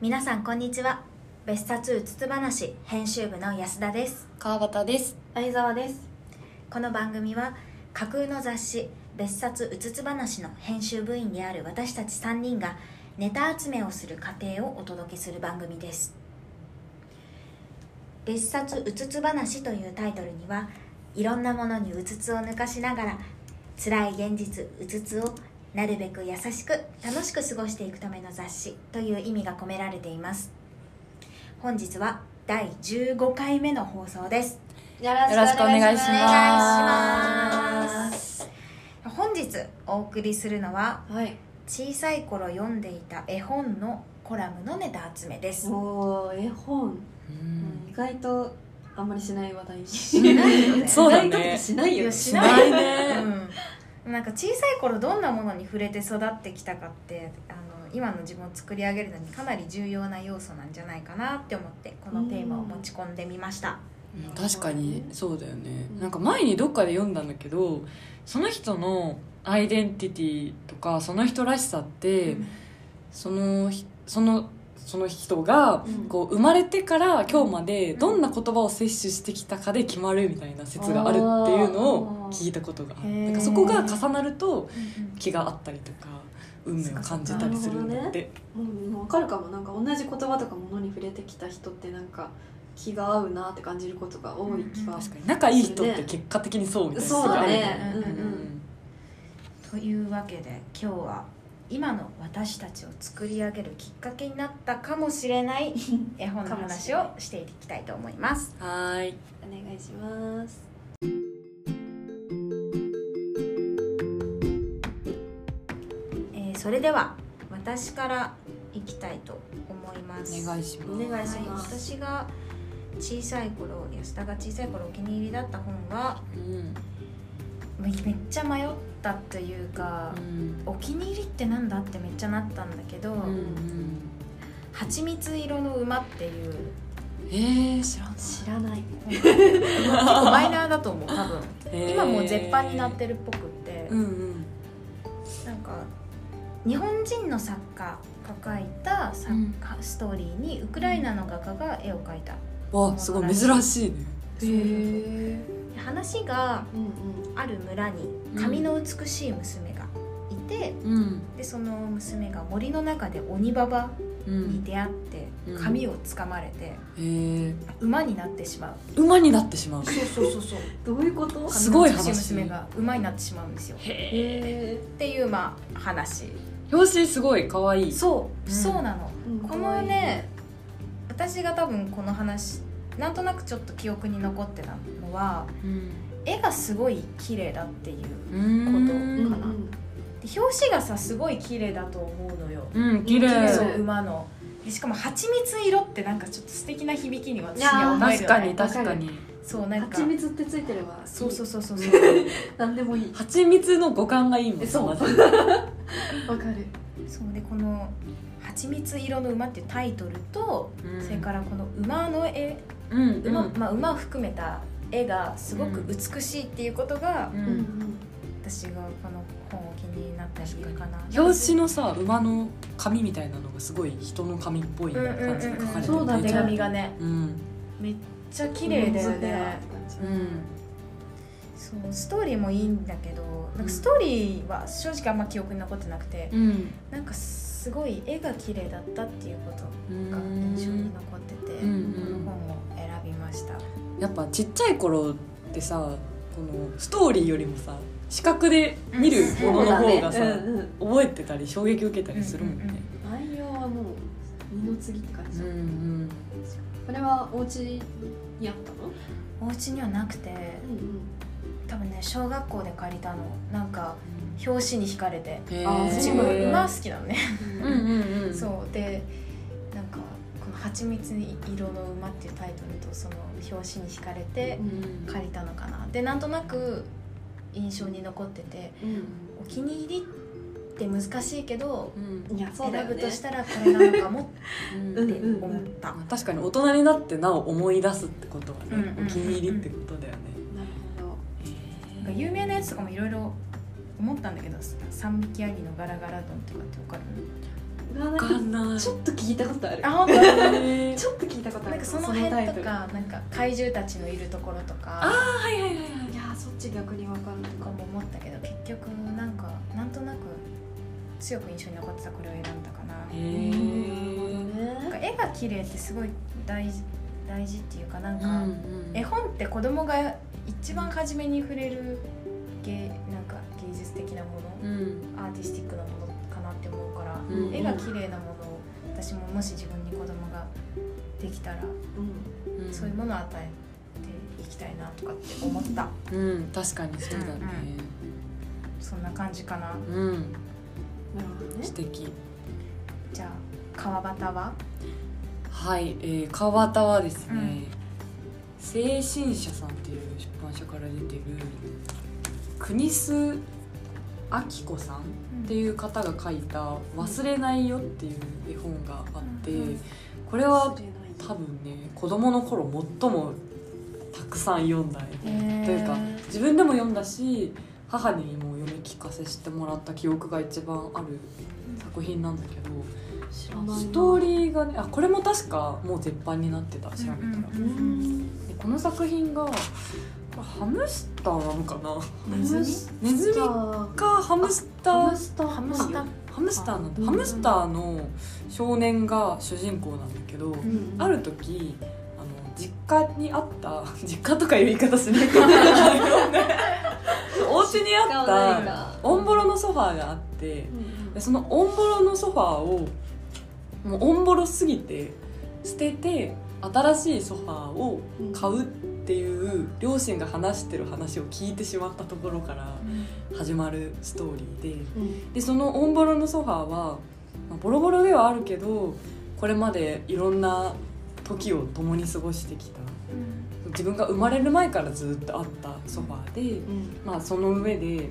皆さんこんにちは別冊うつつ話編集部の安田です川端です相沢ですこの番組は架空の雑誌別冊うつつ話の編集部員である私たち3人がネタ集めをする過程をお届けする番組です別冊うつつ話というタイトルにはいろんなものにうつつを抜かしながら辛い現実うつつをなるべく優しく楽しく過ごしていくための雑誌という意味が込められています本日は第15回目の放送ですよよろしくお願いしお願まいします本日お送りするのははい小さい頃読んでいた絵本のコラムのネタ集めですおー絵本、う意外とあんまりしない話題んそうだ意外とねしないよねししないねうん、なんか小さい頃どんなものに触れて育ってきたかってあの今の自分を作り上げるのにかなり重要な要素なんじゃないかなって思ってこのテーマを持ち込んでみましたうん確かにそうだよねうんなんか前にどっかで読んだんだけどその人のアイデンティティとかその人らしさって、そのひそのその人がうんこう生まれてから今日までどんな言葉を摂取してきたかで決まるみたいな説があるっていうのを聞いたことがああるーなんかそこが重なると気があったりとか運命を感じたりするんだって、うんわかるかもなんか同じ言葉とかものに触れてきた人ってなんか気が合うなって感じることが多い気が、確かに仲いい人って結果的にそうみたいなそうだねうんうんというわけで今日は今の私たちを作り上げるきっかけになったかもしれ ない絵本の話をしていきたいと思いますはーいお願いしますえーそれでは私からいきたいと思いますお願いしますお願いしますはい私が小さい頃安田が小さい頃お気に入りだった本はうんめめっちゃ迷ったというか、お気に入りってなんだってめっちゃなったんだけどうんうん「蜂蜜色の馬」っていうえー、知らん知らない結構マイナーだと思う多分今もう絶版になっるてるっぽくって、うんうんなんか日本人の作家が描いた作家、ストーリーにウクライナの画家が絵を描いたわすごい珍しいねへえ話がうんある村に髪の美しい娘がいて、うんでその娘が森の中で鬼ババうにん出会ってうん髪をつかまれてえー、馬になってしまう、馬になってしまうそうそうそうそう うんどういうことすごい髪の話美しい娘が馬になってしまうんですよっへえていうまあ話表紙すごい可愛いそう、うんそうなのうんこのね私が多分この話なんとなくちょっと記憶に残ってたのはうん絵がすごい綺麗だっていううんうんかなで表紙がさすごい綺麗だと思うのようん綺麗そう馬のでしかも蜂蜜色ってなんかちょっと素敵な響きに私には思える確よかねに確かにそうなんか蜂蜜ってついてればそうそううそうそう そうなんでもいい蜂蜜の五感がいいもんそうまずわかるそうでこの「蜂蜜色の馬」っていうタイトルと、うんそれからこの馬の絵うんうん馬,、まあ、馬を含めた絵がすごく美しいっていうことが、うん私がこの本を気になった理由かな表紙のさ馬の紙みたいなのがすごい人の紙っぽい感じで書かれてうんうんうんそうだねめ手ちゃ紙がねうんめっちゃ綺麗だよね、うんそうストーリーもいいんだけどなんかストーリーは正直あんま記憶に残ってなくて、うんなんかすごい絵が綺麗だったっていうことうんが印象に残ってて、うんこの本を選びました、やっぱちっちゃい頃ってさこのストーリーよりもさ視覚で見るうんものの方がさ、うんうん覚えてたり衝撃受けたりするもんね。内容はもう二の次って感じ、んこれはお家にあったの、お家にはなくてうんうん、多分ね小学校で借りたのなんか表紙に惹かれてへあーーうちも馬好きなのね、うんうんうん。そうでなんかこの「蜂蜜色の馬」っていうタイトルとその表紙に惹かれてうん。借りたのかなでなんとなく印象に残っててうんお気に入りって難しいけどうんいやそうだ選よぶねとしたらこれなのかもってううんん思った、まあ確かに大人になってなお思い出すってことはね、うんうんうんお気に入りってことだよね。なるほなんか有名なやつとかもいろいろ思ったんだけど「三匹ヤギのガラガラ丼」とかってわかるがなんわかかんないちょっと聞いたことあるあ本当えーちょっと聞いたことあ なるんかそのタイ辺トとルいやかなんか怪獣たちのいるところとかあーはいはいはいはいーそっち逆にわかんないとかも思ったけど結局なんかなんとなく強く印象に残ってたこれを選んだかな。うへえんなるほどなんかね絵が綺麗ってすごい大事大事っていうかなんうか、んうん絵本って子供が一番初めに触れる芸なんか芸術的なもの、うんアーティスティックなものかなって思うから、うん絵が綺麗なものを私ももし自分に子供ができたら、うんうんそういうものを与えていきたいなとかって思ったうん確かにそうだねそんな感じかなうんなるほどね素敵じゃあ川端ははい、えー、川端はですね、うん精神社さんっていう出版社から出てる国須明子さんっていう方が書いた「忘れないよ」っていう絵本があって、うんこれは忘れない多分ね子供の頃最もたくさん読んだへ絵ー本というか自分でも読んだし母にも読み聞かせしてもらった記憶が一番ある作品なんだけど。知らないなストーリーがねあこれも確かもう絶版になってた調べたら、うんうんうんうんでこの作品がこれハムスターなのかなネズミネズミハムかハムスタースターハムスターハムスターなんだうんハムスターの少年が主人公なんだけど、うんある時あの実家にあった実家とかいう言い方しないかなお家にあったオンボロのソファーがあってでそのオンボロのソファーをもうオンボロすぎて捨てて新しいソファーを買うっていう両親が話してる話を聞いてしまったところから始まるストーリーででそのオンボロのソファーは、まあボロボロではあるけどこれまでいろんな時を共に過ごしてきた自分が生まれる前からずっとあったソファーで。まあ、その上で、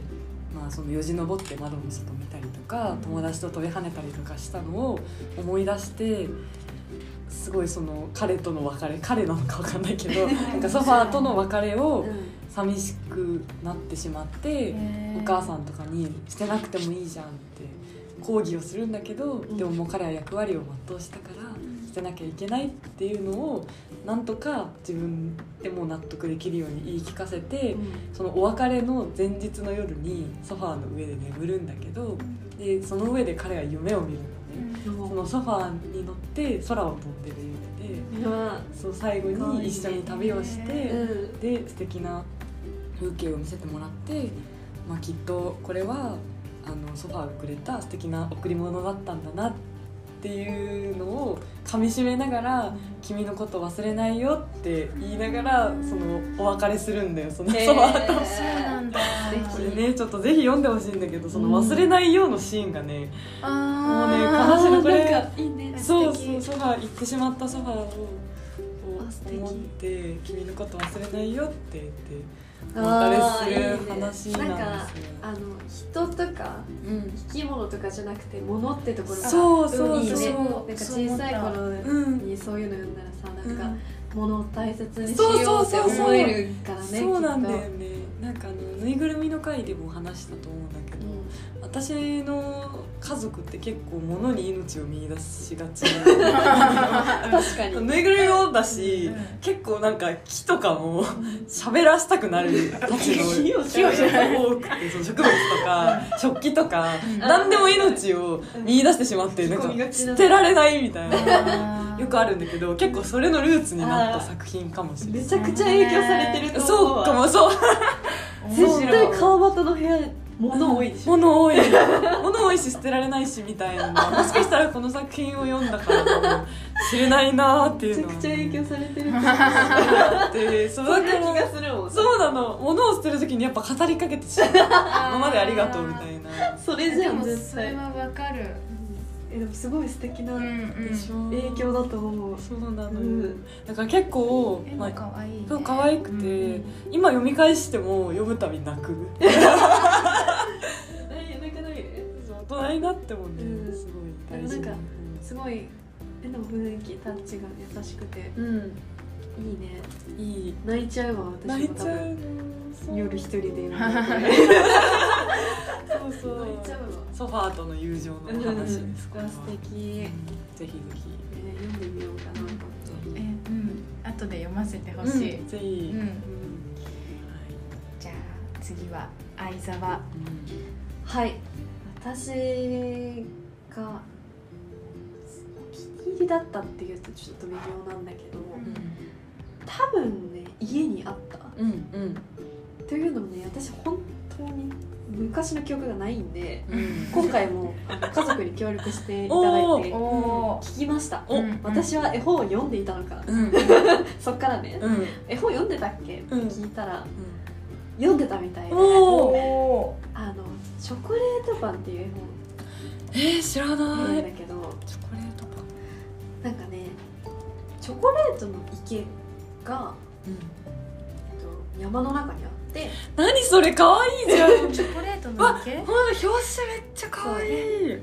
まあ、そのよじ登って窓の外見たりとか友達と飛び跳ねたりとかしたのを思い出してすごいその彼との別れ彼なのか分かんないけどなんかソファーとの別れを寂しくなってしまってお母さんとかに「してなくてもいいじゃん」って抗議をするんだけどんでももう彼は役割を全うしたからしてなきゃいけないっていうのをなんとか自分でも納得できるように言い聞かせて。そのお別れの前日の夜にソファーの上で眠るんだけどでその上で彼は夢を見るのね、そのソファーに乗って空を飛んでる夢でそう最後に一緒に旅をして、で素敵な風景を見せてもらって、まあ、きっとこれはあのソファーがくれた素敵な贈り物だったんだなっていうのをかみしめながら「君のこと忘れないよ」って言いながらそのお別れするんだよそのソファーそと。うなんだ素こ敵れねちょっとぜひ読んでほしいんだけどそのうん忘れないようのシーンがね、もうねあ悲しいのこれなんかいいねそう素そ敵うソファー行ってしまったソファーをこうあ素敵思って「君のこと忘れないよ」って言ってお別れあーいいするね話なんなんかですよ。あの人とかうん生き物とかじゃなくて物ってところがそうそういいねそうなんか小さい頃うんにそういうの読んだらさうなんんか物を大切にしそうよそううってそうそう思えるからねそうなんだよきっねなんかあのぬいぐるみの回でも話したと思うんだけとど、うん私の家族って結構物に命を見出しがちな確かにぬいぐるみもだうし、ん結構なんか木とかも 喋らしたくなる たちの木を木を多くてその植物とか食器とか何でも命を見出してしまってなん引っ込みがかちな捨てられないみたいなーよくあるんだけど結構それのルーツになった作品かもしれなめいちゃくちゃ影響されてると思うそうわかもそう絶対川端の部屋物多いでしょ、物多い物多いし捨てられないしみたいなもしかしたらこの作品を読んだからかもしれないなーっていめうちゃのはくちゃ影響されてると思うあってそのそんな気 がするもんそうなの物を捨てる時にやっぱ語りかけてしまう今までありがとうみたいなそれじでゃんも絶それ対はわかるえでもすごい素敵な影でしょ響だと思うそうなうの、んだから結構、絵まもあ、可愛いねそう可愛くて、うん今読み返しても読むたび泣くえなんかない大人になってもね、うんすごい大で事もなんすごい絵の雰囲気タッチが優しくてうんいいねいい泣いちゃうわ私泣いも多ちゃう分のそう夜一人で読んでてそうそう泣いちゃうわソファーとの友情のうん話ですこれうはん素敵、ぜひぜひえー読んでみようかな、ぜえうん後で読ませてほひしい、ううんんぜひ、はいじゃあ次は相沢はい私がお気に入りだったっていうとちょっと微妙なんだけんど多分ね家にあったうんうんというのもね私本当に昔の記憶がないんでうん今回もあの家族に協力していただ いておー聞きましたおうん私は絵本を読んでいたのかうんそっからねうん絵本読んでたっけって聞いたら読んでたみたいでおーおあのチョコレートパンっていう絵本えー、知らななんいだけどチョコレートパンなんかねチョコレートの池が、えっと、山の中にあって何それ可愛いじゃんーチョコレートの池ほんと表紙めっちゃ可愛い見る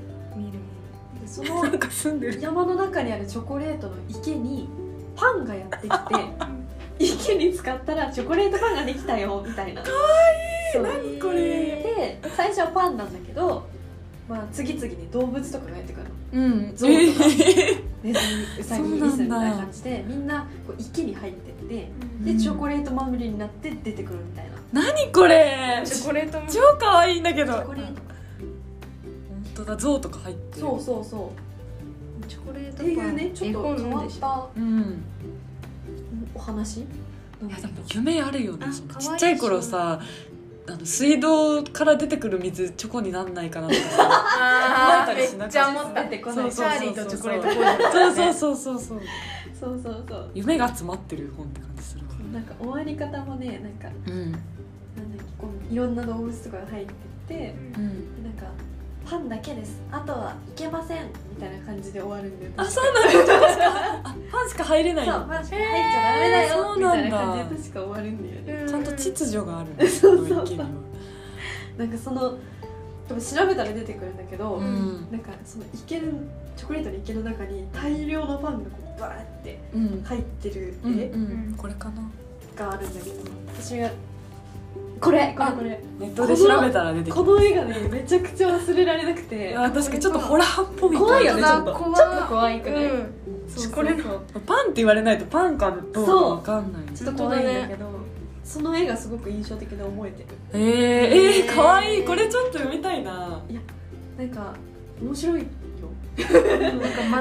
でそ なのんか住んでる山の中にあるチョコレートの池にパンがやって きて池に使ったらチョコレートパンができたよみたいなかわいい何これで最初はパンなんだけど、まあ、次々に動物とかがやってくるのうんゾウとかえネズミウサギそリうなんだスみたいな感じでみんなこう池に入ってってうでんチョコレートまみれになって出てくるみたいな 何これチョコレートも超可愛いんだけどチョコレー本ト当だ象とか入ってるそうそうそうチョコレーっトていうねちょっと変んわっでしたうんお話いやでも夢あるよねあその可愛いちっちゃい頃さあの水道から出てくる水チョコになんないかなとか さあ覚えたーりめしなかったっちゃ思った出てこそなういチそうそうそうャーリーとチョコレート工場そうだそねうそうそうそうそうそうそう夢が詰まってる本って感じするわなんか終わり方もねなんかうんなんだっけこういろんな動物とかが入っててうんなんかパンだけですあとはいけませんみたいな感じで終わるんであそうなんだパンしかあパンしか入れなそういパのンしか入っちゃダメだへーそようみなんだたいな感じで確か終わるんだよねちゃんとち秩っ序があるんだ よそうそうそうその池にはなんかそのでも調べたら出てくるんだけど、ううんんなんかその池のチョコレートの池の中に大量のパンがこうバーってうん入ってるうん絵うんこれかながあるんだけど、私がこれこれこれネットで調べたら出てきこの絵がねめちゃくちゃ忘れられなくてたあ確かにちょっとホラーっぽい怖いよねちょっ本と当だちょ怖いっと怖いくうない、んそうそうそうこれパンって言われないとパンかどうかわかんないちょっと怖いんだけどその絵がすごく印象的で覚えてるえー、えー、ねかわいいこれちょっと読みたいななんか面白いよな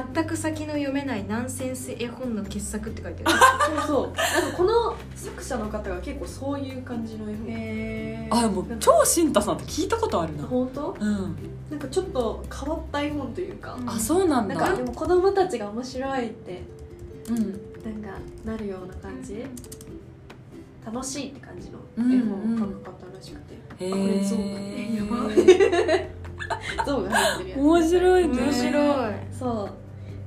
んか全く先の読めないナンセンス絵本の傑作って書いてあるそうそうなんかこの作者の方が結構そういう感じの絵本へあでも超新太さんって聞いたことあるな本当うんなんかちょっと変わった絵本というか、うんあそうなんだなんかでも子供たちが面白いってうんなんかなるような感じ、楽しいって感じのうん絵本を書く方らしくて、へこれ象えが象が入ってるやつ面白いね面白いそ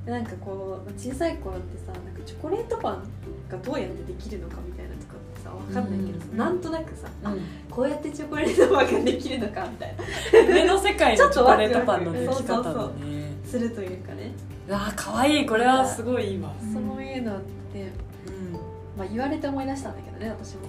うなんかこう小さい頃ってさなんかチョコレートパンがどうやってできるのかみたいなとかってさわかんないけどさ、うんなんとなくさ、うあんこうやってチョコレートパンができるのかみたいな夢の世界ちょのっチとョコワクワレークトパンのでき方そうそだうね するというかね、あかわいいこれはすごい今うんそういうのって、うんまあ、言われて思い出したんだけどね私も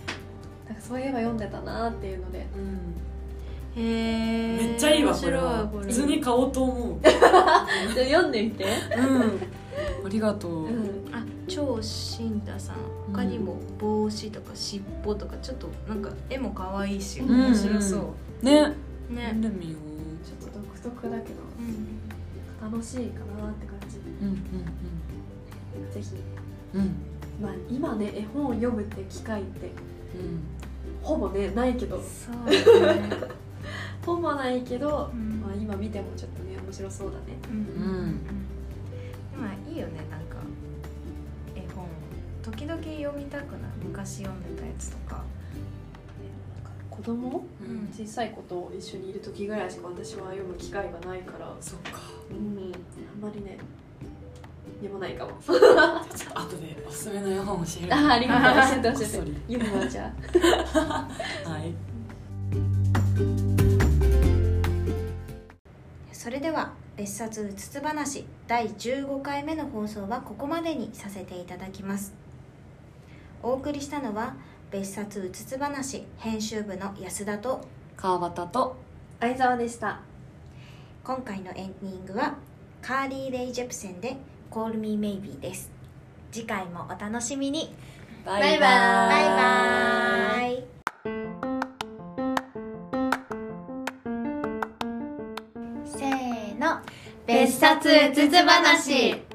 なんかそういえば読んでたなっていうのでうんへえめっちゃいいわこれは普通に買おうと思ううじゃあ読んでみて、んありがとううん、あ超新太さんうん他にも帽子とか尻尾とかちょっとなんか絵も可愛いしうん面白そねう読ねんでみよちょっと独特だけどうん楽しいかなって感じううんうんぜひ、うんうんまあ、今ね絵本を読むって機会ってうんほぼねないけどそうね ほぼないけどう、んまあ、今見てもちょっとね面白そうだねうんうんまあいいよねなんか絵本時々読みたくない昔読んでたやつとか子供うん小さい子と一緒にいる時ぐらいしか私は読む機会がないから、そっかうん、あんまりね読まないかもじゃあ後でおすすめの絵本教えるあありが とう教えて教えこっそりて読むわじゃあはいそれでは別冊うつつ話第15回目の放送はここまでにさせていただきますお送りしたのは別冊うつつ話編集部の安田と川端と相沢でした今回のエンディングはカーリー・レイ・ジェプセンで「Call Me Maybe」です次回もお楽しみにバイバイバイバイせーの別冊うつつ話